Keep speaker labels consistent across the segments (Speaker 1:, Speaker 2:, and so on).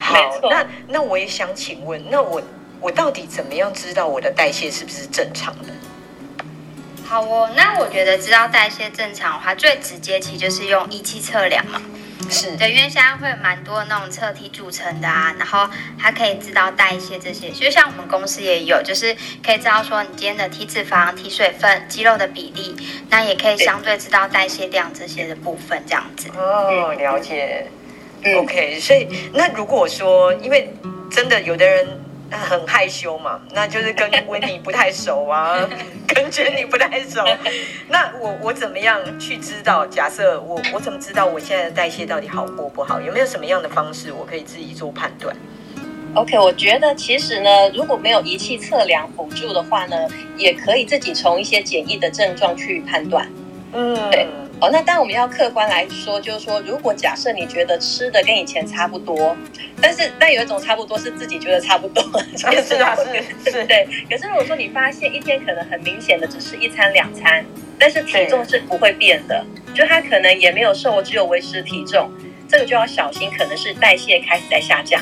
Speaker 1: 好
Speaker 2: 没，错
Speaker 1: 那那我也想请问，那我我到底怎么样知道我的代谢是不是正常的？
Speaker 2: 好哦，那我觉得知道代谢正常的话，最直接其实就是用仪器测量嘛。
Speaker 1: 是
Speaker 2: 对，因为现在会有蛮多那种测体组成的啊，然后它可以知道代谢这些，就像我们公司也有，就是可以知道说你今天的体脂肪、体水分、肌肉的比例，那也可以相对知道代谢量这些的部分，这样子。
Speaker 1: 哦，了解。
Speaker 3: 嗯
Speaker 1: OK，所以那如果说，因为真的有的人呃很害羞嘛，那就是跟温妮不太熟啊，跟 Jenny 不太熟。那我我怎么样去知道？假设我我怎么知道我现在的代谢到底好或不好？有没有什么样的方式我可以自己做判断？
Speaker 3: OK，我觉得其实呢，如果没有仪器测量辅助的话呢，也可以自己从一些简易的症状去判断。
Speaker 1: 嗯，
Speaker 3: 对哦，那当然我们要客观来说，就是说，如果假设你觉得吃的跟以前差不多，但是但有一种差不多是自己觉得差不多，
Speaker 1: 啊是啊
Speaker 3: 就是
Speaker 1: 是，
Speaker 3: 对。可是如果说你发现一天可能很明显的只是一餐两餐，但是体重是不会变的，就它可能也没有瘦，只有维持体重，这个就要小心，可能是代谢开始在下降。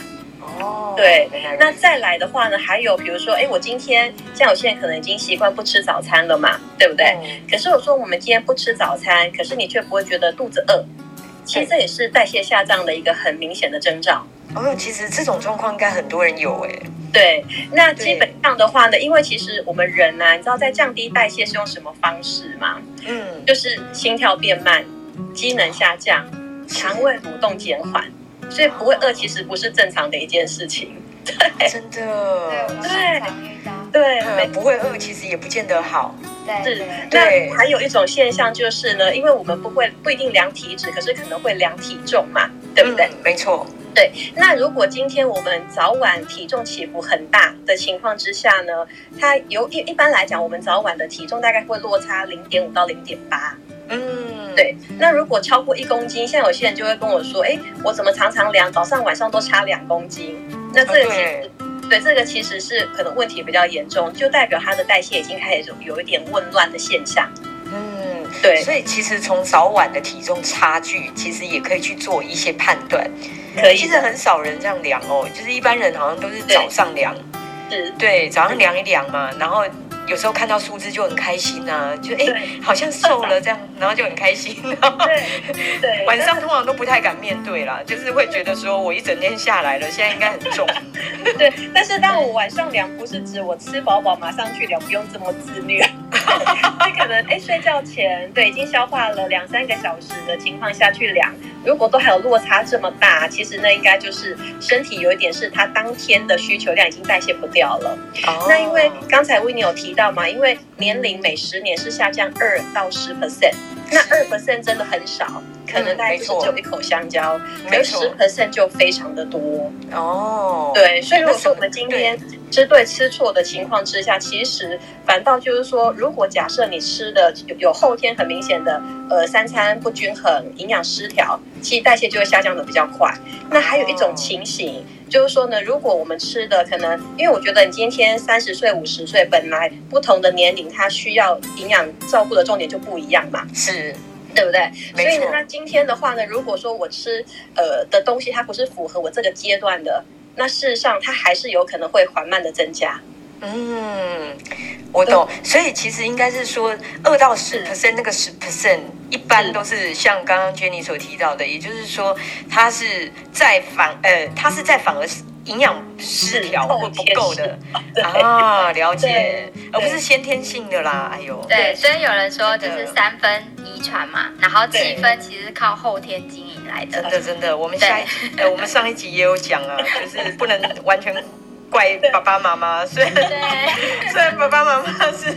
Speaker 1: 哦
Speaker 3: 对，那
Speaker 1: 那
Speaker 3: 再来的话呢，还有比如说，哎，我今天像有些人可能已经习惯不吃早餐了嘛，对不对？
Speaker 1: 嗯
Speaker 3: 可是我说我们今天不吃早餐，可是你却不会觉得肚子饿，其实这也是代谢下降的一个很明显的征兆。
Speaker 1: 哦，其实这种状况应该很多人有哎、
Speaker 3: 对，那基本上的话呢，因为其实我们人啊呢、你知道在降低代谢是用什么方式吗？
Speaker 1: 嗯，
Speaker 3: 就是心跳变慢、机能下降、肠胃蠕动减缓，所以不会饿其实不是正常的一件事情。
Speaker 1: 真的，
Speaker 3: 对
Speaker 2: 常遇到。
Speaker 3: 对，没
Speaker 1: 嗯，不会饿其实也不见得好，
Speaker 2: 对
Speaker 3: 是
Speaker 1: 对嗯
Speaker 3: 那还有一种现象就是呢，因为我们不会不一定量体脂，可是可能会量体重嘛，对不对？
Speaker 1: 嗯？没错，嗯
Speaker 3: 那如果今天我们早晚体重起伏很大的情况之下呢，它有一一般来讲，我们早晚的体重大概会落差零点五到零点八。
Speaker 1: 嗯，
Speaker 3: 对，那如果超过一公斤，像有些人就会跟我说，哎，我怎么常常量早上晚上都差两公斤？那
Speaker 1: 啊，
Speaker 3: 这个其实、
Speaker 1: 对，
Speaker 3: 对这个其实是可能问题比较严重，就代表它的代谢已经开始有有一点混乱的现象。
Speaker 1: 嗯，
Speaker 3: 对，
Speaker 1: 所以其实从早晚的体重差距，其实也可以去做一些判断。
Speaker 3: 可以
Speaker 1: 其实很少人这样量哦，就是一般人好像都是
Speaker 3: 对
Speaker 1: 早上量，
Speaker 3: 是，
Speaker 1: 对，早上量一量嘛，然后有时候看到数字就很开心啊，就哎、
Speaker 3: 对
Speaker 1: 好像瘦了这样，然后就很开心。然后
Speaker 3: 对对，
Speaker 1: 晚上通常都不太敢面对啦，就是会觉得说我一整天下来了，现在应该很重。
Speaker 3: 对，但是当我晚上量，不是指我吃饱饱马上去量，不用这么自虐。 那可能哎，睡觉前对已经消化了两三个小时的情况下去量，如果都还有落差这么大，其实那应该就是身体有一点是它当天的需求量已经代谢不掉了。
Speaker 1: 哦
Speaker 3: 那因为刚才 w i n n 有提到嘛，因为年龄每十年是下降二到十 percent，那二 percent 真的很少，可能大概就是
Speaker 1: 嗯没错
Speaker 3: 只有一口香蕉，
Speaker 1: 没
Speaker 3: 可是
Speaker 1: 错
Speaker 3: 十 percent 就非常的多。
Speaker 1: 哦，
Speaker 3: 对，所以如
Speaker 1: 那
Speaker 3: 果说
Speaker 1: 什
Speaker 3: 我们今天吃对吃错的情况之下，其实反倒就是说，如果假设你吃的有有后天很明显的呃三餐不均衡、营养失调，其实代谢就会下降的比较快。那还有一
Speaker 1: 哦
Speaker 3: 种情形。就是说呢，如果我们吃的可能，因为我觉得你今天三十岁、五十岁，本来不同的年龄，它需要营养照顾的重点就不一样嘛。
Speaker 1: 是
Speaker 3: 对不对？
Speaker 1: 没
Speaker 3: 所
Speaker 1: 错
Speaker 3: 以呢，那今天的话呢，如果说我吃呃的东西它不是符合我这个阶段的，那事实上它还是有可能会缓慢的增加。
Speaker 1: 嗯，我懂。所以其实应该是说，二到十 percent 那个十 percent，一般
Speaker 3: 是
Speaker 1: 都是像刚刚 Jenny 所提到的，也就是说，它是在反呃，它是在反而是营养失调
Speaker 3: 是
Speaker 1: 或不够的
Speaker 3: 对，
Speaker 1: 啊，了解
Speaker 3: 对，
Speaker 1: 而不是先天性的啦。哎呦，
Speaker 2: 对，所以有人说就是
Speaker 1: 真的
Speaker 2: 三分遗传嘛，然后
Speaker 3: 对
Speaker 2: 七分其实是靠后天经营来的
Speaker 1: 真。的真的，我们下一集呃，我们上一集也有讲 啊，就是不能完全怪爸爸妈妈，虽然。
Speaker 2: 对，
Speaker 1: 虽然爸爸妈妈是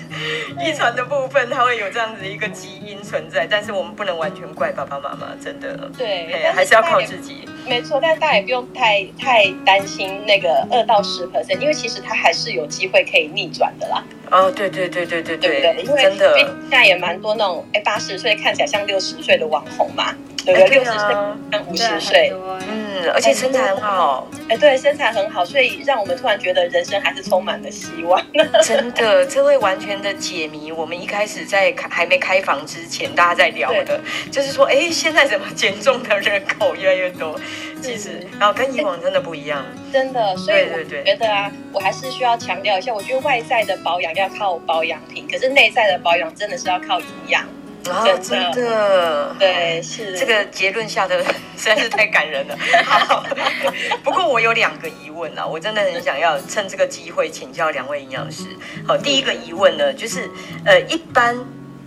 Speaker 1: 遗传的部分，它会有这样子一个基因存在，但是我们不能完全怪爸爸妈妈，真的，
Speaker 3: 对
Speaker 1: 哎，还是要靠自己。
Speaker 3: 没错，但大家也不用太太担心那个二到十 percent，因为其实它还是有机会可以逆转的啦，
Speaker 1: 哦，对对对对对
Speaker 3: 对不对？因为
Speaker 1: 真
Speaker 3: 因为
Speaker 1: 的，
Speaker 3: 现在也蛮多那种哎八十岁看起来像六十岁的网红嘛，对不
Speaker 1: 哎
Speaker 3: 对？
Speaker 1: 对
Speaker 3: 六十岁
Speaker 1: 啊，
Speaker 3: 像五
Speaker 2: 对
Speaker 3: 十岁
Speaker 2: 很，多
Speaker 1: 嗯，是，而且身材很好，
Speaker 3: 哎，对，身材很好，所以让我们突然觉得人生还是充满了希望。
Speaker 1: 真的，这会完全的解谜。我们一开始在开还没开房之前，大家在聊的，就是说，哎，现在怎么减重的人口越来越多？
Speaker 3: 嗯
Speaker 1: 其实，然后跟以往真的不一样。
Speaker 3: 真的，所以
Speaker 1: 嗯对
Speaker 3: 我
Speaker 1: 对对
Speaker 3: 觉得啊，我还是需要强调一下，我觉得外在的保养要靠保养品，可是内在的保养真的是要靠营养。
Speaker 1: 然后真
Speaker 3: 真的
Speaker 1: 的，哎
Speaker 3: 对，
Speaker 1: 哦
Speaker 3: 是
Speaker 1: 这个结论下的 实在是太感人 了。好， 不过我有两个疑问啊，我真的很想要趁这个机会请教两位营养师。好，第一个疑问呢，就是呃，一般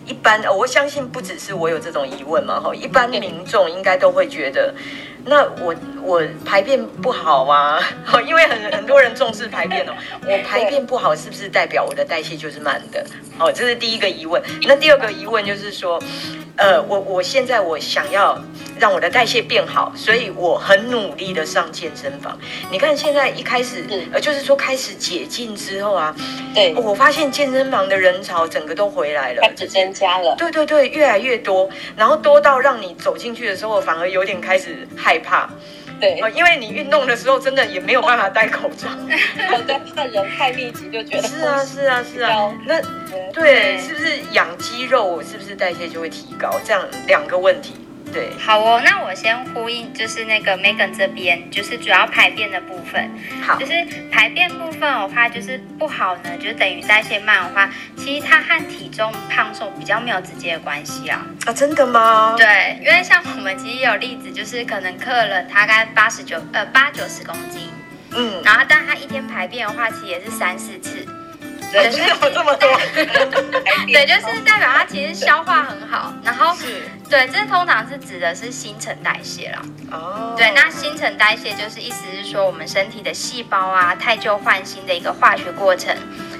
Speaker 1: 一般、呃我相信不只是我有这种疑问嘛，哈，一般民众应该都会觉得。
Speaker 3: 嗯
Speaker 1: 那我我排便不好啊， 哦因为很很多人重视排 便哦。我排便不好是不是代表我的代谢就是慢的？哦，这是第一个疑问。那第二个疑问就是说，呃，我我现在我想要让我的代谢变好，所以我很努力的上健身房。你看现在一开始
Speaker 3: 嗯，
Speaker 1: 呃，就是说开始解禁之后啊，
Speaker 3: 对，哎
Speaker 1: 我发现健身房的人潮整个都回来了
Speaker 3: 开。始增加了。
Speaker 1: 对对对，越来越多，然后多到让你走进去的时候，反而有点开始害怕，
Speaker 3: 对，
Speaker 1: 哦，因为你运动的时候真的也没有办法戴口 罩。
Speaker 3: 我在怕人太密集就觉得
Speaker 1: 是啊，是啊，是啊。那对，
Speaker 2: 嗯对
Speaker 1: 是不是养肌肉，是不是代谢就会提高？这样两个问题，对，
Speaker 2: 好哦，那我先呼应，就是那个 Megan 这边，就是主要排便的部分。
Speaker 1: 好
Speaker 2: 就，是排便部分的话，就是不好呢，就等于代谢慢的话，其实它和体重胖瘦比较没有直接的关系啊。
Speaker 1: 啊，真的吗？
Speaker 2: 对，因为像我们其实有例子，就是可能客人他大概八十九呃八九十公斤，
Speaker 1: 嗯，
Speaker 2: 然后但他一天排便的话，其实也是三四次。
Speaker 1: 人是哦有这么多，
Speaker 2: 对，就是代表他其实消化很好，然后
Speaker 1: 是
Speaker 2: 对，这通常是指的是新陈代谢啦。
Speaker 1: 哦，
Speaker 2: 对，那新陈代谢就是意思是说，我们身体的细胞啊，太旧换新的一个化学过程，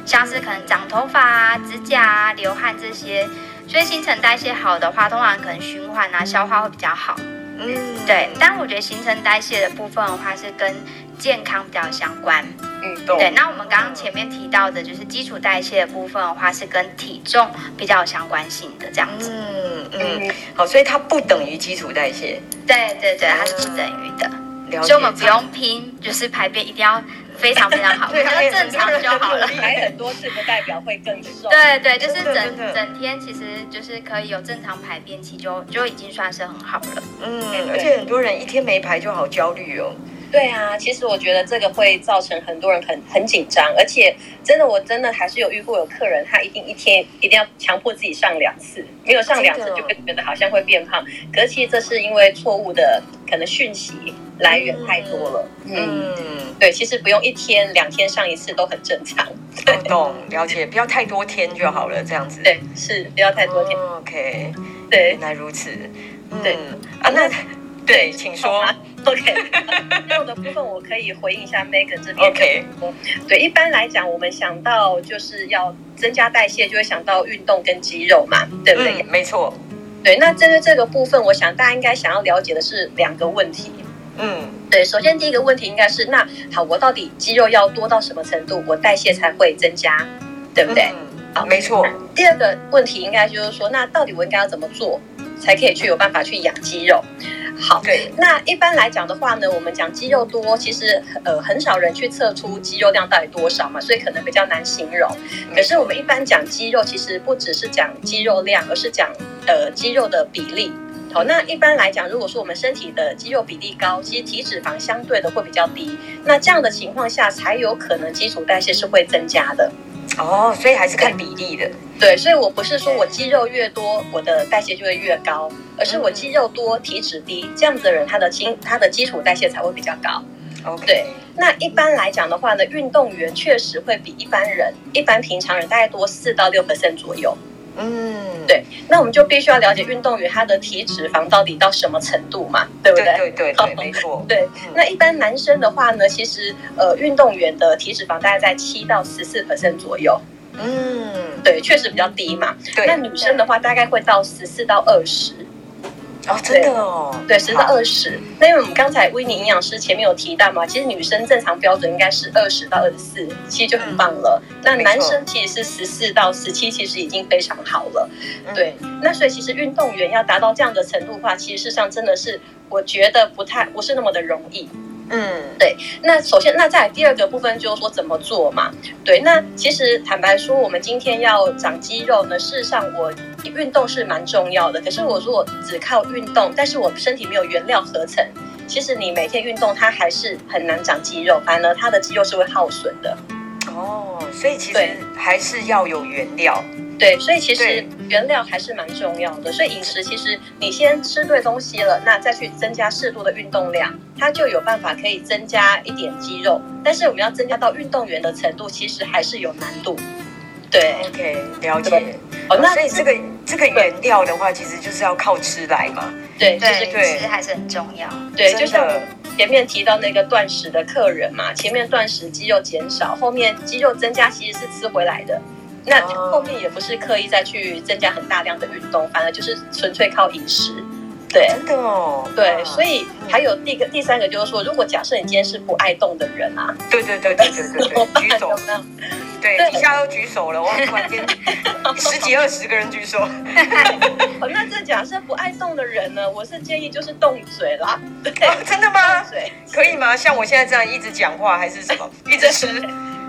Speaker 2: 像是可能长头发啊、指甲啊、流汗这些。所以新陈代谢好的话，通常可能循环啊、消化会比较好。
Speaker 1: 嗯
Speaker 2: 对，但我觉得新陈代谢的部分的话，是跟健康比较相关。
Speaker 3: 嗯，
Speaker 1: 懂
Speaker 2: 对，那我们刚刚前面提到的，就是基础代谢的部分的话，是跟体重比较有相关性的这样子。
Speaker 1: 嗯嗯，
Speaker 3: 嗯，
Speaker 1: 好，所以它不等于基础代谢，
Speaker 2: 对对对，它是不等于的。
Speaker 1: 了解，
Speaker 2: 所以我们不用拼，就是排便一定要非常 非常好，
Speaker 1: 对
Speaker 2: 就是正常就 好了
Speaker 1: 很努。力
Speaker 3: 排很多次不代表会更瘦。
Speaker 2: 对对，就是
Speaker 1: 真的真的
Speaker 2: 整整天其实就是可以有正常排便期就就已经算是很好了。
Speaker 1: 嗯，而且很多人一天没排就好焦虑哦，
Speaker 3: 对啊，其实我觉得这个会造成很多人很很紧张，而且真的我真的还是有遇过有客人，他一定一天一定要强迫自己上两次，没有上两次
Speaker 1: 真的哦
Speaker 3: 就会觉得好像会变胖，可是其实这是因为错误的可能讯息来源太多了。嗯，
Speaker 1: 嗯。
Speaker 3: 对，其实不用一天两天上一次都很正常。
Speaker 1: 我懂，了解，不要太多天就好了，这样子。
Speaker 3: 对，是不要太多天。
Speaker 1: 哦 OK，
Speaker 3: 对
Speaker 1: 原来如此。嗯
Speaker 3: 对啊
Speaker 1: 啊，那对，请说。
Speaker 3: ，OK。那我的部分我可以回应一下 Megan 这边。
Speaker 1: OK，
Speaker 3: 对，一般来讲，我们想到就是要增加代谢，就会想到运动跟肌肉嘛，对不对？
Speaker 1: 嗯，没错，
Speaker 3: 对，那针对这个部分，我想大家应该想要了解的是两个问题。
Speaker 1: 嗯，
Speaker 3: 对，首先第一个问题应该是，那好，我到底肌肉要多到什么程度，我代谢才会增加，对不对？
Speaker 1: 嗯
Speaker 3: 好
Speaker 1: 没错，
Speaker 3: 第二个问题应该就是说，那到底我应该要怎么做，才可以去有办法去养肌肉？好，
Speaker 1: 对，
Speaker 3: 那一般来讲的话呢，我们讲肌肉多，其实呃很少人去测出肌肉量到底多少嘛，所以可能比较难形容。可是我们一般讲肌肉，其实不只是讲肌肉量，而是讲呃肌肉的比例。好，那一般来讲，如果说我们身体的肌肉比例高，其实体脂肪相对的会比较低。那这样的情况下，才有可能基础代谢是会增加的。
Speaker 1: 哦，所以还是看比例的。
Speaker 3: 对，所以我不是说我肌肉越多，我的代谢就会越高，而是我肌肉多，体脂低，这样子的人，他的基他的基础代谢才会比较高。
Speaker 1: OK，
Speaker 3: 对那一般来讲的话呢，运动员确实会比一般人、一般平常人大概多四到六 percent 左右。
Speaker 1: 嗯，
Speaker 3: 对，那我们就必须要了解运动员他的体脂肪到底到什么程度嘛，对不
Speaker 1: 对
Speaker 3: 对？
Speaker 1: 对对对，没错。
Speaker 3: 对
Speaker 1: 嗯
Speaker 3: 那一般男生的话呢，其实呃，运动员的体脂肪大概在七到十四 percent 左右，
Speaker 1: 嗯，
Speaker 3: 对，确实比较低嘛。那
Speaker 1: 对，
Speaker 3: 女生的话，大概会到十四到二十。
Speaker 1: 哦，真的哦，
Speaker 3: 对，十到
Speaker 1: 好
Speaker 3: 二十。那因为我们刚才维尼营养师前面有提到嘛，其实女生正常标准应该是二十到二十四，其实就很棒了。那
Speaker 1: 嗯没
Speaker 3: 男
Speaker 1: 错
Speaker 3: 生其实是十四到十七，其实已经非常好了。
Speaker 1: 嗯
Speaker 3: 对，那所以其实运动员要达到这样的程度的话，其实事实上真的是我觉得不太不是那么的容易。
Speaker 1: 嗯
Speaker 3: 那首先，那再来第二个部分就是说怎么做嘛。对，那其实坦白说，我们今天要长肌肉呢，事实上我运动是蛮重要的。可是我如果只靠运动，但是我身体没有原料合成，其实你每天运动，它还是很难长肌肉，反而它的肌肉是会耗损的。
Speaker 1: 哦，所以其
Speaker 3: 对
Speaker 1: 实还是要有原料，
Speaker 3: 对，所以其实
Speaker 1: 对
Speaker 3: 原料还是蛮重要的。所以饮食其实你先吃对东西了，那再去增加适度的运动量，它就有办法可以增加一点肌肉。但是我们要增加到运动员的程度，其实还是有难度。对，
Speaker 1: OK，了解
Speaker 3: 对。哦，那
Speaker 1: 所以这个这个原料的话，其实就是要靠吃来嘛。
Speaker 3: 对，就
Speaker 2: 对，
Speaker 3: 是
Speaker 1: 对
Speaker 2: 饮食还是很重要。
Speaker 3: 对，
Speaker 1: 真
Speaker 3: 就像
Speaker 1: 的
Speaker 3: 前面提到那个断食的客人嘛，前面断食肌肉减少，后面肌肉增加其实是吃回来的。那
Speaker 1: 哦
Speaker 3: 后面也不是刻意再去增加很大量的运动，反而就是纯粹靠饮食。对，
Speaker 1: 真的哦。
Speaker 3: 对，
Speaker 1: 哇
Speaker 3: 所以还有第一个、第三个就是说，如果假设你今天是不爱动的人啊，
Speaker 1: 对对对对对对
Speaker 3: 怎么
Speaker 1: 对，
Speaker 3: 办
Speaker 1: 举手
Speaker 3: 有，没有？
Speaker 1: 对，
Speaker 3: 对
Speaker 1: 一下又举手了，哇，突然间十几二十个人举手，
Speaker 3: 哦，那这假设不爱动的人呢，我是建议就是动嘴啦， 对，
Speaker 1: 哦真的吗
Speaker 3: 动？嘴
Speaker 1: 可以吗？像我现在这样一直讲话还是什么，一直吃，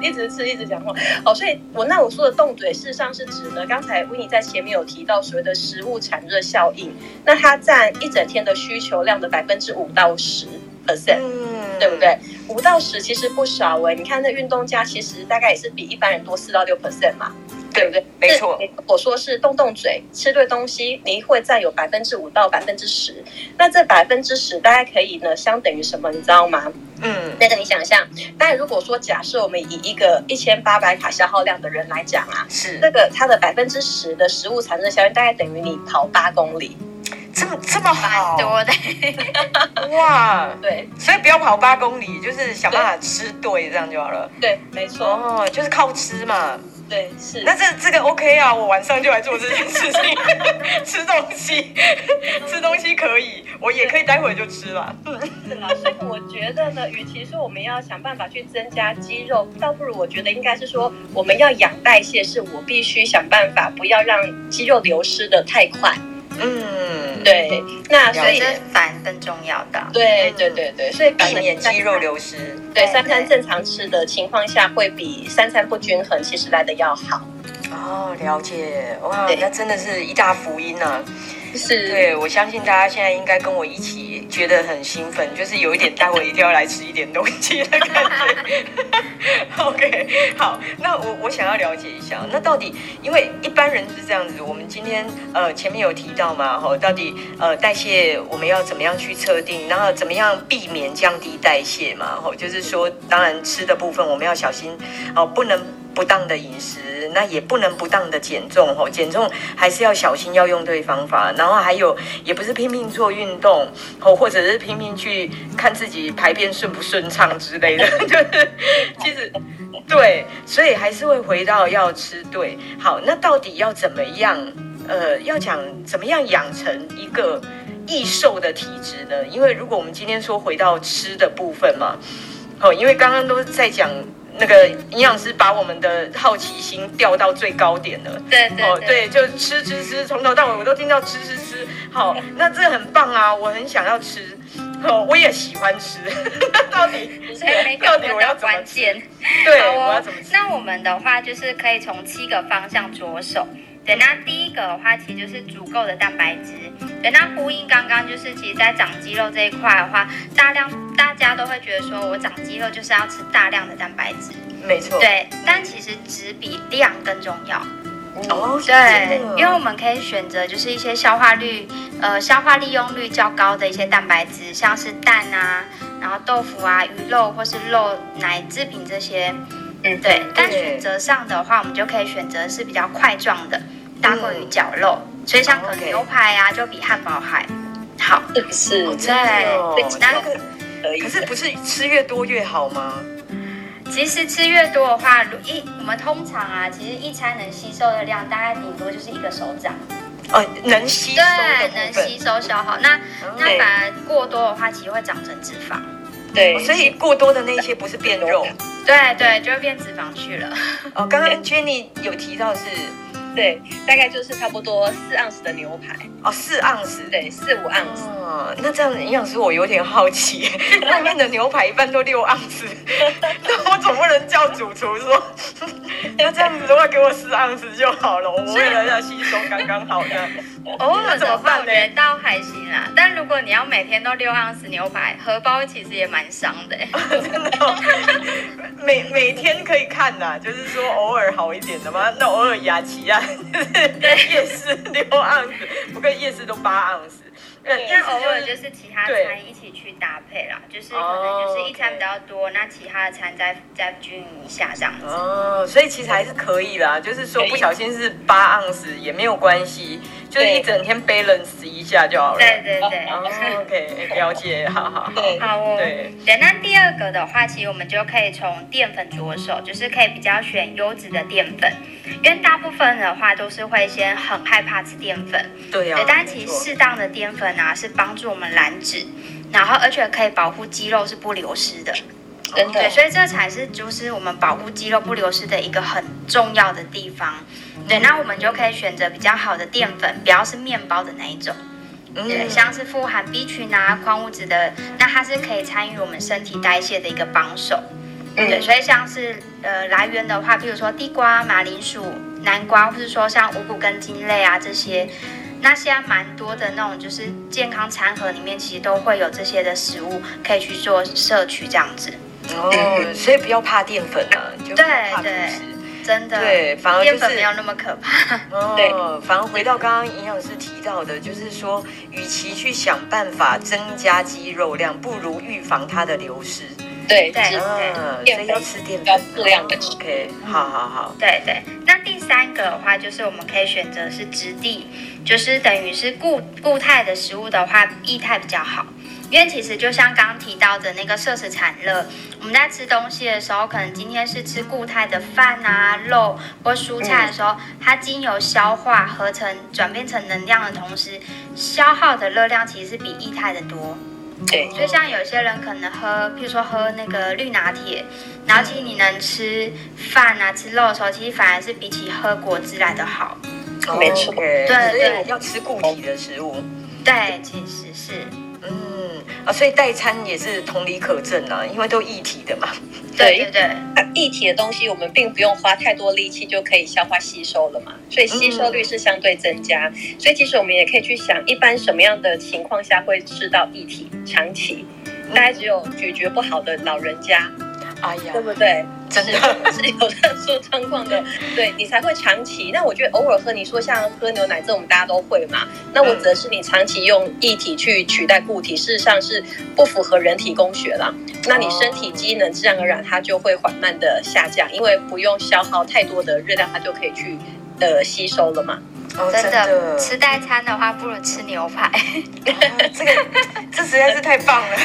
Speaker 3: 一直吃，一直讲话。哦，所以我那我说的动嘴，事实上是指呢，刚才维尼在前面有提到所谓的食物产热效应，那它占一整天的需求量的百分之五到十 percent。
Speaker 1: 嗯
Speaker 3: 对不？对？五到十其实不少哎、你看那运动家其实大概也是比一般人多四到六 percent 嘛，对不对？
Speaker 1: 没错
Speaker 3: 是。我说是动动嘴，吃对东西，你会占有百分之五到百分之十。那这百分之十大概可以呢，相等于什么？你知道吗？
Speaker 1: 嗯，
Speaker 3: 那个你想象，但如果说假设我们以一个一千八百卡消耗量的人来讲啊，
Speaker 1: 是
Speaker 3: 这个它的百分之十的食物产生效应，大概等于你跑八公里。
Speaker 1: 这么这么好
Speaker 2: 蛮多的，
Speaker 1: 哇！
Speaker 3: 对
Speaker 1: 所以不要跑八公里，就是想办法吃对，这样就好了。
Speaker 3: 对，没错，
Speaker 1: 哦，就是靠吃嘛。
Speaker 3: 对是。
Speaker 1: 那这这个 OK 啊，我晚上就来做这件事情，吃东西，吃东西可以，我也可以待会就吃啦。
Speaker 3: 是啦，所以我觉得呢，与其说我们要想办法去增加肌肉，倒不如我觉得应该是说我们要养代谢，是我必须想办法不要让肌肉流失的太快。
Speaker 1: 嗯，，
Speaker 3: 对，那所
Speaker 2: 所以
Speaker 3: 以
Speaker 2: 这是反更重要的。
Speaker 3: 对对对对，所以
Speaker 1: 避免肌肉。流失。
Speaker 3: 对
Speaker 2: 对
Speaker 3: 三餐
Speaker 2: 对
Speaker 3: 正常吃的情况下，会比三餐不均衡其实来的要好。
Speaker 1: 哦，了解，哇
Speaker 3: 对，
Speaker 1: 那真的是一大福音啊！
Speaker 3: 是，
Speaker 1: 对，我相信大家现在应该跟我一起觉得很兴奋，就是有一点待会一定要来吃一点东西的感觉。OK，好，那我我想要了解一下，那到底因为一般人是这样子，我们今天呃前面有提到嘛，吼，到底呃代谢我们要怎么样去测定，然后怎么样避免降低代谢嘛，吼，就是说当然吃的部分我们要小心哦，不能不当的饮食，那也不能不当的减重哦，减重还是要小心，要用对方法。然后还有，也不是拼命做运动哦，或者是拼命去看自己排便顺不顺畅之类的， 就是其实对，所以还是会回到要吃对。好，那到底要怎么样？呃，要讲怎么样养成一个易瘦的体质呢？因为如果我们今天说回到吃的部分嘛，哦，因为刚刚都是在讲那个营养师把我们的好奇心调到最高点了。
Speaker 2: 对对
Speaker 1: 哦，对，就吃吃吃，从头到尾我都听到吃吃吃。好，那这很棒啊，我很想要吃，哦，我也喜欢吃。 那到底
Speaker 2: 所以每
Speaker 1: 到
Speaker 2: 个
Speaker 1: 底
Speaker 2: 问
Speaker 1: 我要
Speaker 2: 到
Speaker 1: 怎么
Speaker 2: 关
Speaker 1: 吃？
Speaker 2: 键。
Speaker 1: 对，
Speaker 2: 好
Speaker 1: 我要
Speaker 2: 哦
Speaker 1: 怎么吃？
Speaker 2: 那我们的话就是可以从七个方向着手。对，那第一个的话，其实就是足够的蛋白质。对，那呼应刚刚就是，其实，在长肌肉这一块的话，大量大家都会觉得说，我长肌肉就是要吃大量的蛋白质。
Speaker 1: 没错，
Speaker 2: 对，但其实质比量更重要。
Speaker 1: 哦，
Speaker 2: 对
Speaker 1: 真的，
Speaker 2: 因为我们可以选择就是一些消化率，呃，消化利用率较高的一些蛋白质，像是蛋啊，然后豆腐啊、鱼肉或是肉奶制品这些。
Speaker 3: 嗯
Speaker 2: 对。但
Speaker 1: 对
Speaker 2: 选择上的话，我们就可以选择是比较块状的，大过于绞肉，所以像可能
Speaker 1: 嗯哦 OK
Speaker 2: 牛排啊，就比汉堡还好。
Speaker 3: 是不
Speaker 1: 哦
Speaker 3: 是
Speaker 1: 真的哦
Speaker 3: 对
Speaker 1: 那
Speaker 2: 那
Speaker 1: 个
Speaker 3: 可以
Speaker 1: 嗯可？是不是吃越多越好吗？
Speaker 2: 其实吃越多的话，如一我们通常啊，其实一餐能吸收的量大概顶多就是一个手掌。
Speaker 1: 呃能吸收的
Speaker 2: 对，
Speaker 1: 部
Speaker 2: 能
Speaker 1: 分
Speaker 2: 吸。收消耗。那那
Speaker 1: 嗯
Speaker 2: 反而过多的话，其实会长成脂肪。
Speaker 3: 对，
Speaker 1: 哦所以过多的那些不是变肉，
Speaker 2: 对对，就会变脂肪去了。
Speaker 1: 哦，刚刚 Jenny 有提到是
Speaker 3: 对，大概就是差不多四盎司的牛排，
Speaker 1: 哦四盎司，
Speaker 3: 对，四五盎司。
Speaker 1: 哦，那这样的营养师我有点好 奇，外面的牛排一般都六盎司， 那我总不能叫主厨说， 那这样子的话给我四盎司就好了，我为了要吸收刚刚好的，
Speaker 2: 偶尔
Speaker 1: 哦那怎么
Speaker 2: 的话，
Speaker 1: 办
Speaker 2: 我
Speaker 1: 呢
Speaker 2: 觉得倒还行啦。但如果你要每天都六盎司牛排，荷包其实也蛮伤的、欸。
Speaker 1: 真的哦、 每每天可以看呐、就是说偶尔好一点的嘛，那偶尔雅琪啊， 就是夜市六盎司，不过夜市都八盎司，那
Speaker 3: 对
Speaker 1: 意
Speaker 2: 那
Speaker 1: 思
Speaker 2: 偶尔
Speaker 1: 就
Speaker 2: 就是是其他
Speaker 1: 对哦
Speaker 2: 餐一起去搭配啦，就是可能就是一餐比较多，那其他的餐再再均匀一下这样子。
Speaker 1: 哦，所以其实还是可以啦，就是说
Speaker 3: 可以
Speaker 1: 不小心是八盎司也没有关系，就是一整天 balance 一下就好了。
Speaker 2: 对对对。
Speaker 1: 哦，OK，了解，好好好。
Speaker 3: 对
Speaker 2: 好哦
Speaker 1: 对，
Speaker 2: 对，那第二个的话，其实我们就可以从淀粉着手，就是可以比较选优质的淀粉，因为大部分的话都是会先很害怕吃淀粉，
Speaker 1: 对啊
Speaker 2: 对，，但
Speaker 1: 没
Speaker 2: 其实
Speaker 1: 错
Speaker 2: 适当的淀粉啊是帮助我们燃脂，然后而且可以保护肌肉是不流失的，
Speaker 1: 哦
Speaker 3: 真的
Speaker 2: 对，所以这才是就是我们保护肌肉不流失的一个很重要的地方。对，那我们就可以选择比较好的淀粉，不要是面包的那一种。对，
Speaker 1: 嗯，
Speaker 2: 像是富含 B 群啊、矿物质的，那它是可以参与我们身体代谢的一个帮手。
Speaker 3: 嗯
Speaker 2: 对，所以像是呃来源的话，比如说地瓜、马铃薯、南瓜，或是说像五谷根茎类啊这些，那现在蛮多的那种就是健康餐盒里面其实都会有这些的食物可以去做摄取这样子。
Speaker 1: 哦，所以不要怕淀粉啊，就不要怕不
Speaker 2: 对
Speaker 1: 吃。
Speaker 2: 真的，
Speaker 1: 对反而就是
Speaker 2: 淀粉没有那么可怕。
Speaker 1: 哦，反而回到刚刚营养师提到的，就是说，与其去想办法增加肌肉量，不如预防它的流失。
Speaker 3: 对
Speaker 2: 对
Speaker 3: 是
Speaker 1: 嗯，所以要吃淀粉，
Speaker 3: 要适量地吃
Speaker 1: OK，好好好，
Speaker 2: 对对，那第三个的话，就是我们可以选择是质地，就是等于是固固态的食物的话，液态比较好。因为其实就像刚刚提到的那个摄食产热，我们在吃东西的时候，可能今天是吃固态的饭啊、肉或蔬菜的时
Speaker 1: 嗯
Speaker 2: 候，它经由消化合成、转变成能量的同时，消耗的热量其实是比液态的多。
Speaker 3: 对
Speaker 2: 就像有些人可能喝，譬如说喝那个绿拿铁，然后其实你能吃饭啊、吃肉的时候，其实反而是比起喝果汁来的好。
Speaker 3: 没错
Speaker 1: OK，
Speaker 2: 哦对
Speaker 1: 所
Speaker 2: 对
Speaker 1: 以要吃固体的食物。
Speaker 2: 对，其实是
Speaker 1: 嗯啊，所以代餐也是同理可证啊，因为都一体的嘛。
Speaker 2: 对
Speaker 3: 对
Speaker 2: 对对
Speaker 3: 液呃体的东西，我们并不用花太多力气就可以消化吸收了嘛，所以吸收率是相对增加。所以其实我们也可以去想，一般什么样的情况下会吃到液体长期？大概只有咀嚼不好的老人家，
Speaker 1: 哎呀
Speaker 3: 对，不对？
Speaker 1: 真 的
Speaker 3: 是是有特殊状况的，对你才会长期。那我觉得偶尔喝，你说像喝牛奶这种大家都会嘛，那我则是你长期用液体去取代固体，事实上是不符合人体工学啦。那你身体机能自然而然它就会缓慢的下降，因为不用消耗太多的热量，它就可以去呃吸收了嘛。
Speaker 1: 哦，
Speaker 2: 真的
Speaker 1: 的，
Speaker 2: 吃代餐的话，不如吃牛 排。
Speaker 1: 哦这个这实在是太棒了。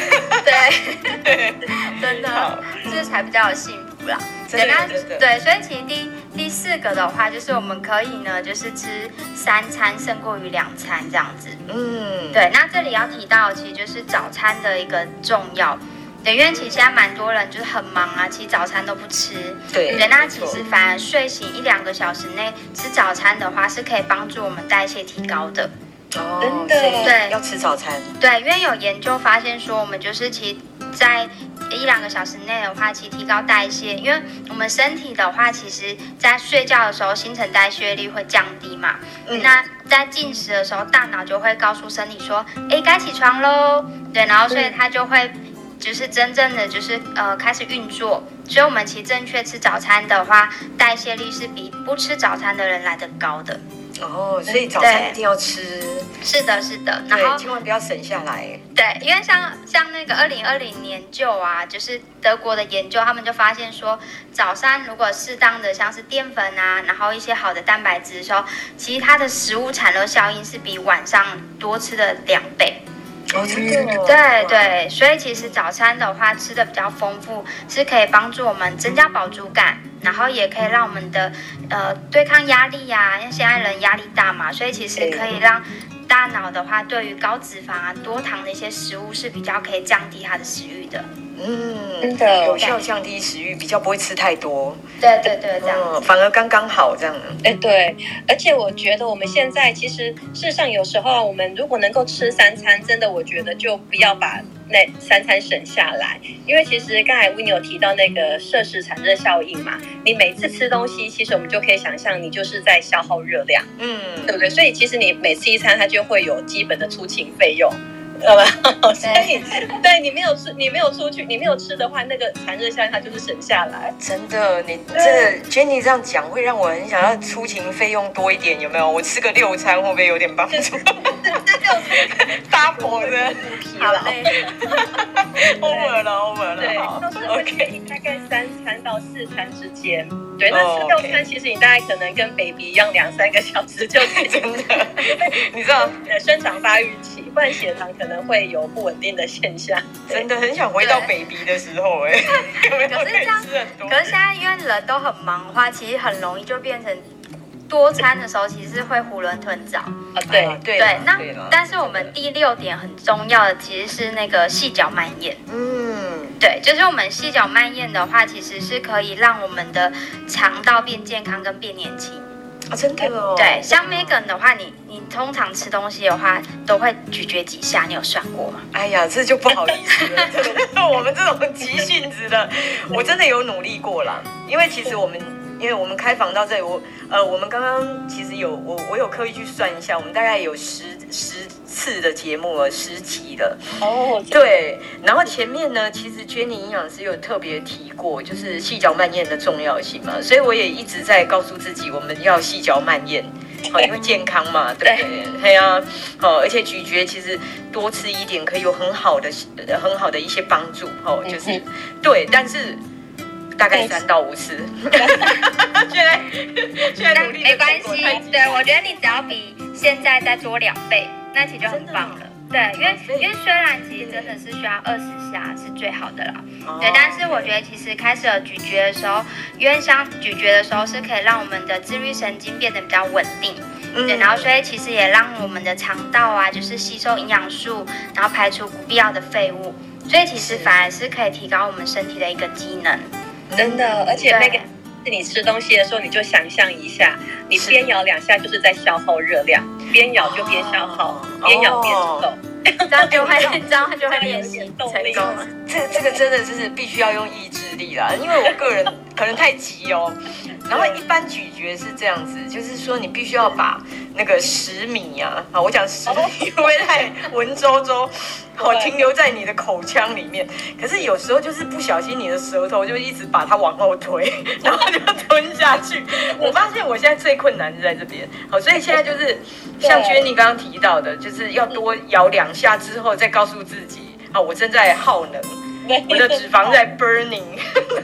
Speaker 2: 对， 真
Speaker 1: 好
Speaker 2: 的，这才比较有幸福啦。
Speaker 1: 真的
Speaker 2: 对那
Speaker 1: 真的
Speaker 2: 对，所以其实第第四个的话，就是我们可以呢，就是吃三餐胜过于两餐这样子。
Speaker 1: 嗯，
Speaker 2: 对，那这里要提到，其实就是早餐的一个重要。对，因为其实现在蛮多人就是很忙啊，其实早餐都不吃。
Speaker 1: 对
Speaker 2: 对，那
Speaker 1: 没
Speaker 2: 其
Speaker 1: 错
Speaker 2: 实反而睡醒一两个小时内吃早餐的话，是可以帮助我们代谢提高的。
Speaker 1: 哦
Speaker 3: 真的
Speaker 1: 所以
Speaker 2: 对
Speaker 1: 要吃早餐。
Speaker 2: 对，因为有研究发现说，我们就是其实在一两个小时内的话，其实提高代谢，因为我们身体的话，其实在睡觉的时候新陈代谢率会降低嘛。
Speaker 1: 嗯
Speaker 2: 那在进食的时候，大脑就会告诉身体说，哎，该起床喽。对，然后所以它就会。就是真正的就是呃开始运作，所以我们其实正确吃早餐的话，代谢率是比不吃早餐的人来的高的。
Speaker 1: 哦，所以早餐
Speaker 2: 对
Speaker 1: 一定要吃，
Speaker 2: 是的，是的。然后
Speaker 1: 对，千万不要省下来。
Speaker 2: 对，因为像像那个二零二零研究啊，就是德国的研究，他们就发现说，早餐如果适当的像是淀粉啊，然后一些好的蛋白质的时候，其实它的食物产热效应是比晚上多吃的两倍。
Speaker 1: 哦，真的哦，
Speaker 2: 嗯对对，所以其实早餐的话吃的比较丰富，是可以帮助我们增加饱足感，然后也可以让我们的呃对抗压力啊呀、因为现在人压力大嘛，所以其实
Speaker 3: 对
Speaker 2: 可以让大脑的话对于高脂肪啊、多糖的一些食物是比较可以降低它的食欲的。
Speaker 1: 嗯，
Speaker 3: 真的
Speaker 1: 有效降低食欲，比较不会吃太多，
Speaker 2: 对对对，这样子。
Speaker 1: 嗯，反而刚刚好这样。
Speaker 3: 哎，对，而且我觉得我们现在其实事实上有时候我们如果能够吃三餐，真的我觉得就不要把那三餐省下来，因为其实刚才 w i n 有提到那个摄食产热效应嘛，你每次吃东西，其实我们就可以想象你就是在消耗热量，
Speaker 1: 嗯
Speaker 3: 对，不对？所以其实你每吃一餐，它就会有基本的出勤费用。知道吧？ 所以，对你没有吃，你没有出去，你没有吃的话，那个产热效应它就是省下来。
Speaker 1: 真的，你这 Jenny 这样讲，会让我很想要出勤费用多一点，有没有？我吃个六餐会不会有点帮 助
Speaker 3: 这就
Speaker 1: ？double 的
Speaker 3: 疲
Speaker 2: 好
Speaker 3: 劳。
Speaker 2: 嘞，
Speaker 1: ，over 了，over
Speaker 3: 对，
Speaker 1: 了，好
Speaker 3: 都是会
Speaker 1: ，OK，
Speaker 3: 建议大概三餐到四餐之间。对，那吃六
Speaker 1: 哦，OK
Speaker 3: 餐其实你大概可能跟 baby 一样，两三个小时就可以
Speaker 1: 真的，你知道，
Speaker 3: 呃生长发育期，不然血糖可能会有不稳定的现象。
Speaker 1: 真的很想回到
Speaker 2: 对
Speaker 1: baby 的时候，哎， 有没有
Speaker 2: 可
Speaker 1: 可
Speaker 2: 是这
Speaker 1: 以
Speaker 2: 样
Speaker 1: 吃很多？
Speaker 2: 可是现在因为人都很忙的话，其实很容易就变成多餐的时候，其实会囫囵吞枣。
Speaker 3: 啊，对，
Speaker 1: 啊对
Speaker 2: 对
Speaker 1: 啦，
Speaker 2: 那
Speaker 1: 对啦
Speaker 2: 但是我们第六点很重要的其实是那个细嚼慢咽。
Speaker 1: 嗯，
Speaker 2: 对，就是我们细嚼慢咽的话，其实是可以让我们的肠道变健康跟变年轻。
Speaker 1: 啊，真的哦，
Speaker 2: 对，像 Megan 的话，你你通常吃东西的话都会咀嚼几下，你有算过吗？
Speaker 1: 哎呀，这就不好意思了。真的我们这种急性子的，我真的有努力过啦。因为其实我们，因为我们开房到这里，我呃，我们刚刚其实有我我有刻意去算一下，我们大概有十十次的节目了，十集了。
Speaker 3: 哦，
Speaker 1: 对，然后前面呢，其实 Jenny 营养师有特别提过，就是细嚼慢咽的重要性嘛，所以我也一直在告诉自己，我们要细嚼慢咽， 好，因为健康嘛，对不对？对呀、啊，好，而且咀嚼其实多吃一点可以有很好的、呃很好的一些帮助，哦，就是、
Speaker 3: 嗯
Speaker 1: 对，但是大概
Speaker 3: 但是
Speaker 1: 三到五次，现在现在努力的
Speaker 2: 没关
Speaker 1: 成果
Speaker 2: 系
Speaker 1: 太积，极
Speaker 2: 对我觉得你只要比现在再多两倍，那其实就很棒
Speaker 1: 真
Speaker 2: 了
Speaker 1: 的。哦
Speaker 2: 对，因为
Speaker 1: 两倍
Speaker 2: 因为虽然其实真的是需要二十下是最好的啦，
Speaker 1: 哦
Speaker 2: 对，但是我觉得其实开始有咀嚼的时候，因为像咀嚼的时候是可以让我们的自律神经变得比较稳定，对，
Speaker 1: 嗯
Speaker 2: 然后所以其实也让我们的肠道啊，就是吸收营养素，然后排除不必要的废物，所以其实
Speaker 1: 是
Speaker 2: 反而是可以提高我们身体的一个机能。
Speaker 1: 嗯
Speaker 3: 真的，而且
Speaker 2: 对
Speaker 3: 那个。你吃东西的时候，你就想象一下，你
Speaker 1: 是
Speaker 3: 边咬两下就是在消耗热量，边咬就边消耗，
Speaker 1: 哦
Speaker 3: 边咬边瘦。
Speaker 2: 这样就会， 这样就会练习成
Speaker 3: 动力
Speaker 2: 功了。
Speaker 1: 这这个真的就是必须要用意志力啦，因为我个人可能太急哦。然后一般咀嚼是这样子，就是说你必须要把那个食米啊，啊，我讲食米会不会太文绉绉，哦，
Speaker 3: 对
Speaker 1: 停留在你的口腔里面。可是有时候就是不小心，你的舌头就一直把它往后推，然后就吞下去。我发现我现在最困难是在这边，好，所以现在就是像
Speaker 3: 对
Speaker 1: Jenny 刚刚提到的，就是要多咬两下之后，再告诉自己啊，我正在耗能。我的脂肪在 burning，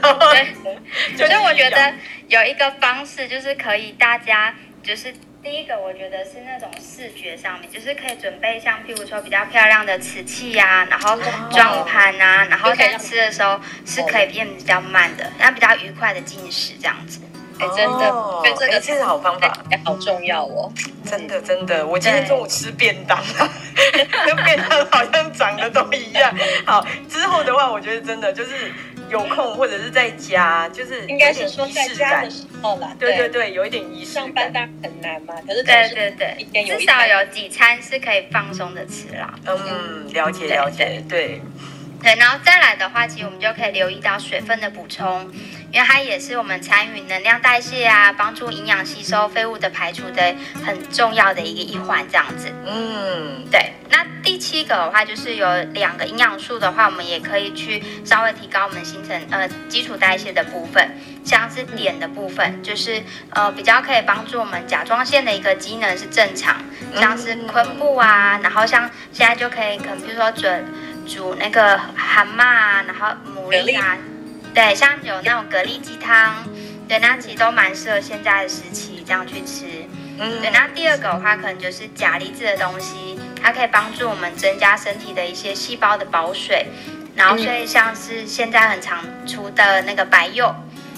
Speaker 1: 然后 嗯
Speaker 2: 所以我觉得有一个方式就是可以大家就是第一个，我觉得是那种视觉上面，就是可以准备像譬如说比较漂亮的瓷器呀、然后装盘啊，然后在吃的时候是可以变比较慢的，然后比较愉快的进食这样子。
Speaker 3: 哎，真的，
Speaker 1: 哦
Speaker 3: 我觉得这
Speaker 1: 哎
Speaker 3: 个
Speaker 1: 这是好方法，
Speaker 3: 哎好重要哦。
Speaker 1: 真的真的。我今天中午吃便当，那便当好像长得都一样。好，之后的话，我觉得真的就是有空或者是在家，就是
Speaker 3: 应该是说
Speaker 1: 有
Speaker 3: 在
Speaker 1: 点仪式
Speaker 3: 家
Speaker 1: 感
Speaker 3: 的。时候啦，
Speaker 1: 对对对，有一点仪式
Speaker 3: 上班
Speaker 1: 感。
Speaker 3: 当然很难嘛，可是
Speaker 2: 对
Speaker 3: 对
Speaker 2: 对
Speaker 3: 对
Speaker 2: 对
Speaker 3: 一天，有
Speaker 2: 至
Speaker 3: 一
Speaker 2: 少
Speaker 3: 餐
Speaker 2: 有几餐是可以放松的吃啦。
Speaker 1: 嗯，了解了解，对，
Speaker 2: 对，然后再来的话，其实我们就可以留意到水分的补充，因为它也是我们参与能量代谢啊，帮助营养吸收、废物的排除的很重要的一个一环，这样子。
Speaker 1: 嗯，
Speaker 2: 对，那第七个的话，就是有两个营养素的话，我们也可以去稍微提高我们新陈呃基础代谢的部分，像是碘的部分，就是呃比较可以帮助我们甲状腺的一个机能是正常，像是昆布啊，然后像现在就可以可能比如说准煮那个蛤蟆啊，然后牡蛎啊，对，像有那种蛤蜊鸡汤，对，那其实都蛮适合现在的时期这样去吃。
Speaker 1: 嗯
Speaker 2: 对，那第二个的话，可能就是钾离子的东西，它可以帮助我们增加身体的一些细胞的保水，然后所以像是现在很常出的那个白柚，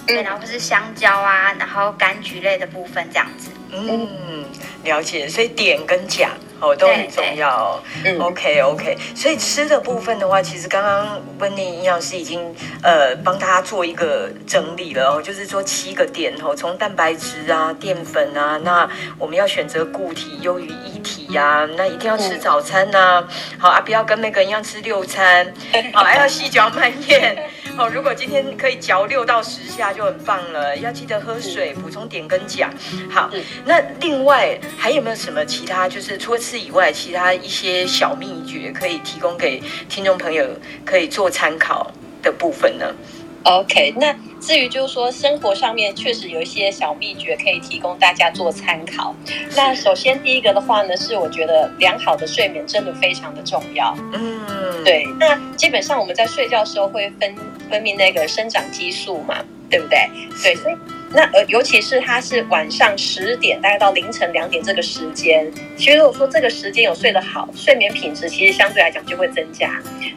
Speaker 2: 对，然后或是香蕉啊，然后柑橘类的部分这样子。
Speaker 1: 嗯，了解，所以点跟讲哦都很重要哦。
Speaker 3: 嗯
Speaker 1: OK OK，所以吃的部分的话，其实刚刚温妮营养师已经呃帮大家做一个整理了哦，就是说七个点哦，从蛋白质啊、淀粉啊，那我们要选择固体优于液体呀、那一定要吃早餐呐、好啊，不要跟那个一样吃六 餐，好，啊还要细嚼慢咽。哦，如果今天可以嚼六到十下就很棒了，要记得喝水，补充点跟钾。好，
Speaker 3: 嗯
Speaker 1: 那另外还有没有什么其他，就是除了吃以外，其他一些小秘诀可以提供给听众朋友可以做参考的部分呢？
Speaker 3: OK，那至于就是说生活上面确实有一些小秘诀可以提供大家做参考。那首先第一个的话呢，是我觉得良好的睡眠真的非常的重要。
Speaker 1: 嗯，，
Speaker 3: 对，那基本上我们在睡觉的时候会分分泌那个生长激素嘛，对不对？对，所以那呃，尤其是它是晚上十点，大概到凌晨两点这个时间，其实如果说这个时间有睡得好，睡眠品质其实相对来讲就会增加。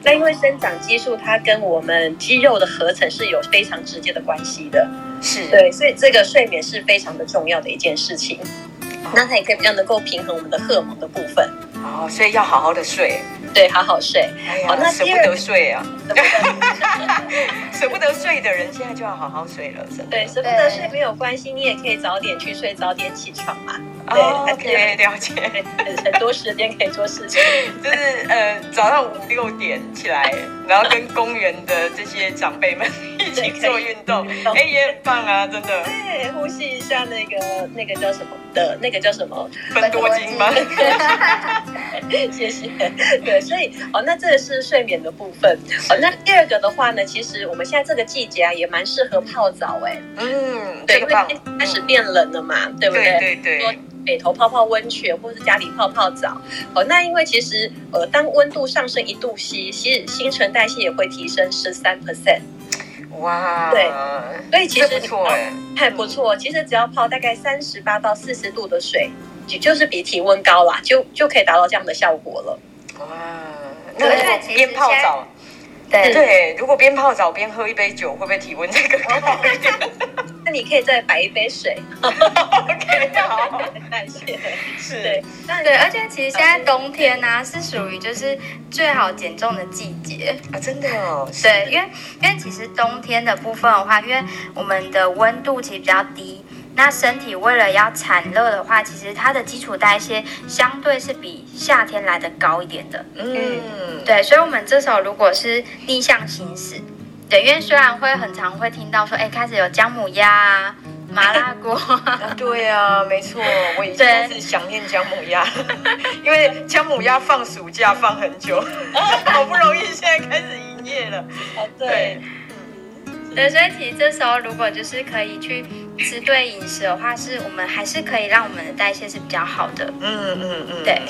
Speaker 3: 那因为生长激素它跟我们肌肉的合成是有非常直接的关系的，
Speaker 1: 是，
Speaker 3: 对，所以这个睡眠是非常的重要的一件事情。那它也可以比较能够平衡我们的荷尔蒙的部分，
Speaker 1: 哦，所以要好好的睡。
Speaker 3: 对，好好睡。
Speaker 1: 哎
Speaker 3: 好
Speaker 1: 呀，
Speaker 3: 哦那
Speaker 1: 舍
Speaker 3: 第
Speaker 1: 不
Speaker 3: 二
Speaker 1: 得睡 啊，
Speaker 3: 对不对
Speaker 1: 舍不得睡的人现在就要好好睡了，真的。
Speaker 3: 对，舍不得睡没有关系，你也可以早点去睡，早点起床嘛。
Speaker 1: 哦
Speaker 3: 对
Speaker 1: ，OK，了解。
Speaker 3: 对很多时间可以做事情。
Speaker 1: 就是呃，早上五六点起来，然后跟公园的这些长辈们一起做运动，哎、也很棒啊，真的，
Speaker 3: 对，哎呼吸一下那个那个叫什么的，那个叫什么？
Speaker 1: 分多金吗？
Speaker 3: 谢谢。 对，所以哦，那这个是睡眠的部分。哦，那第二个的话呢，其实我们现在这个季节啊，也蛮适合泡澡哎、
Speaker 1: 嗯，这
Speaker 3: 对，
Speaker 1: 个
Speaker 3: 因为
Speaker 1: 棒，
Speaker 3: 开始变冷了嘛，对不
Speaker 1: 对对
Speaker 3: 说
Speaker 1: 对，
Speaker 3: 北头泡泡温泉，或者是家里泡泡澡。哦，那因为其实呃，当温度上升一度 C，其实新陈代谢也会提升十三 percent，
Speaker 1: 哇，
Speaker 3: 对，所以其实
Speaker 1: 这不错哎、
Speaker 3: 还不错。其实只要泡大概三十八到四十度的水，就就是比体温高啦，就就可以达到这样的效果了。
Speaker 1: 哇，那如果
Speaker 2: 对其实
Speaker 1: 边泡澡，
Speaker 2: 对
Speaker 3: 嗯
Speaker 1: 对，如果边泡澡边喝一杯酒，会不会体温这个高一 点
Speaker 3: 那你可以再摆一杯水，
Speaker 1: ？OK，好，
Speaker 3: 代谢。
Speaker 1: 是
Speaker 3: 对，，那
Speaker 2: 对，而且其实现在冬天呢、是属于就是最好减重的季节。
Speaker 1: 啊，真的哦，是
Speaker 2: 对，因为因为其实冬天的部分的话，因为我们的温度其实比较低，那身体为了要产热的话，其实它的基础代谢相对是比夏天来的高一点的。
Speaker 1: 嗯，
Speaker 2: 对，所以我们这时候如果是逆向行驶，对，因为虽然会很常会听到说，哎，开始有姜母鸭啊、麻辣 锅啊，
Speaker 1: 啊，对啊，没错，我已经开始想念姜母鸭， 因为姜母鸭放暑假放很久， 好不容易现在开始营业了。
Speaker 3: 哦对
Speaker 1: 对，，
Speaker 2: 对，所以其实这时候如果就是可以去吃对饮食的话，是我们还是可以让我们的代谢是比较好的。
Speaker 1: 嗯嗯嗯，
Speaker 2: 对，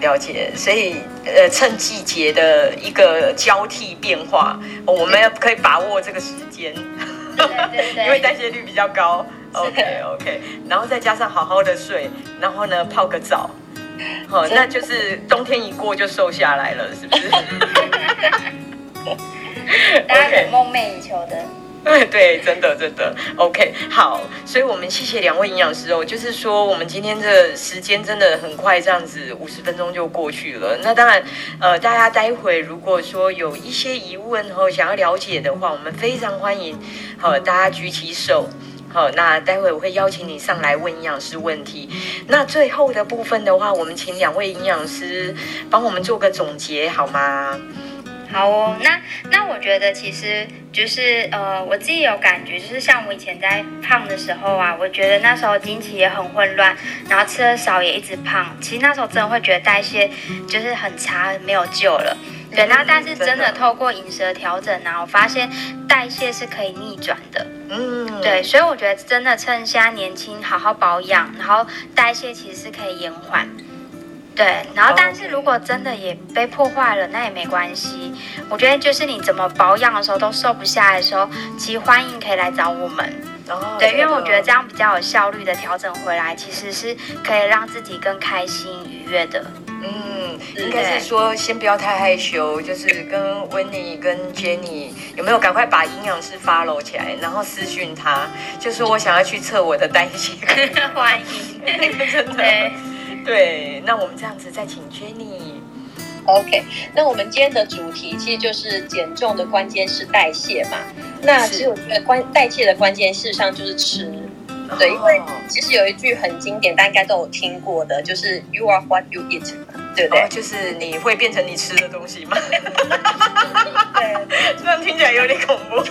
Speaker 1: 了解。所以呃，趁季节的一个交替变化，哦我们要可以把握这个时间，
Speaker 2: 对对 对，
Speaker 1: 因为代谢率比较高。OK OK，然后再加上好好的睡，然后呢泡个澡，哦，那就是冬天一过就瘦下来了，是不是？
Speaker 2: 大家有梦寐以求的。
Speaker 1: 对，真的真的，OK，好，所以我们谢谢两位营养师哦。就是说，我们今天的时间真的很快，这样子五十分钟就过去了。那当然，呃，大家待会如果说有一些疑问和、哦、想要了解的话，我们非常欢迎，好、大家举起手。好，那待会我会邀请你上来问营养师问题。那最后的部分的话，我们请两位营养师帮我们做个总结好吗？
Speaker 2: 好哦，那那我觉得其实就是呃，我自己有感觉，就是像我以前在胖的时候啊，我觉得那时候经期也很混乱，然后吃的少也一直胖。其实那时候真的会觉得代谢就是很差，没有救了。对，那但是嗯真
Speaker 1: 真的
Speaker 2: 的透过饮食的调整啊，我发现代谢是可以逆转的。
Speaker 1: 嗯，
Speaker 2: 对，，所以我觉得真的趁现在年轻，好好保养，然后代谢其实是可以延缓。对，然后但是如果真的也被破坏了，那也没关系。我觉得就是你怎么保养的时候都瘦不下来的时候，其实欢迎可以来找我们。
Speaker 1: 哦
Speaker 2: 对，因为我觉得
Speaker 1: 真的
Speaker 2: 这 样比较有效率的调整回来，其实是可以让自己更开心愉悦的。
Speaker 1: 嗯，应该是说先不要太害羞，就是跟温妮、跟 Jenny 有没有赶快把营养师 follow 起来，然后私讯他，就说我想要去测我的代谢，
Speaker 2: 欢迎，
Speaker 1: 真的
Speaker 2: 对，
Speaker 1: 对。那我们这样子再请 Jenny，
Speaker 3: OK，那我们今天的主题其实就是减重的关键是代谢嘛。那
Speaker 1: 是
Speaker 3: 其实我觉得关代谢的关键事实上就是吃。对，因
Speaker 1: 哦
Speaker 3: 为其实有一句很经典，大家应该都有听过的，就是 “You are what you eat”，对不
Speaker 1: 哦
Speaker 3: 对？
Speaker 1: 就是你会变成你吃的东西吗？
Speaker 3: 对。
Speaker 1: 这样听起来有点恐怖。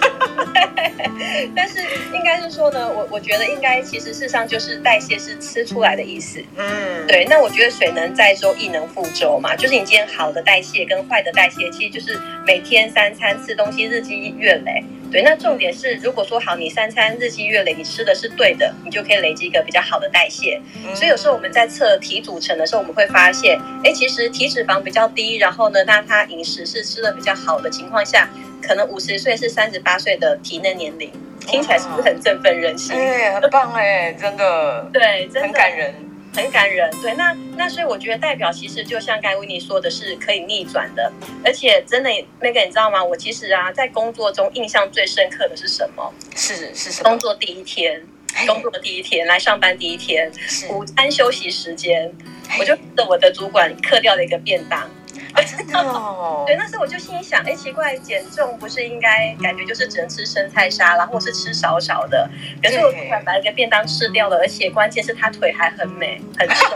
Speaker 3: 但是应该是说呢，我我觉得应该其实事实上就是代谢是吃出来的意思。
Speaker 1: 嗯，
Speaker 3: 对，那我觉得水能载舟，亦能覆舟嘛，就是你今天好的代谢跟坏的代谢，其实就是每天三餐吃东西日积月累。对，那重点是，如果说好你三餐日积月累，你吃的是对的，你就可以累积一个比较好的代谢。
Speaker 1: 嗯，
Speaker 3: 所以有时候我们在测体组成的时候，我们会发现，哎，其实体脂肪比较低，然后呢，那他饮食是吃的比较好的情况下，可能五十岁是三十八岁的体内年龄，听起来是不是很振奋人心？
Speaker 1: 哎、很棒哎、真的，
Speaker 3: 对，真的
Speaker 1: 很感人。
Speaker 3: 很感人。对，那那所以我觉得代表其实就像刚才维尼说的是可以逆转的，而且真的那个你知道吗？我其实啊在工作中印象最深刻的是什么？
Speaker 1: 是是什么
Speaker 3: 工？作第一天，
Speaker 1: 嘿
Speaker 3: 工作的第一天来上班第一天，
Speaker 1: 是，
Speaker 3: 午餐休息时间，
Speaker 1: 嘿
Speaker 3: 我就记得我的主管刻掉了一个便当。
Speaker 1: 啊真的 哦
Speaker 3: 对，，那时候我就心里想，哎，奇怪，减重不是
Speaker 1: 嗯
Speaker 3: 应该感觉就是只能吃生菜沙拉，或是吃少少的？可是我突然把一个便当吃掉了，而且关键是他腿还很美，很瘦。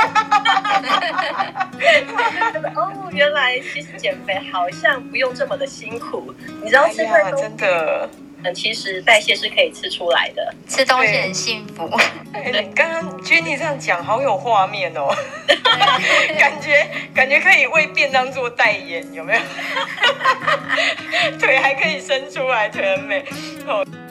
Speaker 3: 哦，原来其实减肥好像不用这么的辛苦，你知道
Speaker 1: 哎
Speaker 3: 吃饭
Speaker 1: 呀，
Speaker 3: 都
Speaker 1: 真的。
Speaker 3: 嗯，其实代谢是可以吃出来的。
Speaker 2: 吃东西很幸福，
Speaker 1: 哎，你刚刚 Jenny 这样讲，好有画面哦，感觉感觉可以为便当做代言， 有没有？腿还可以伸出来，腿很美。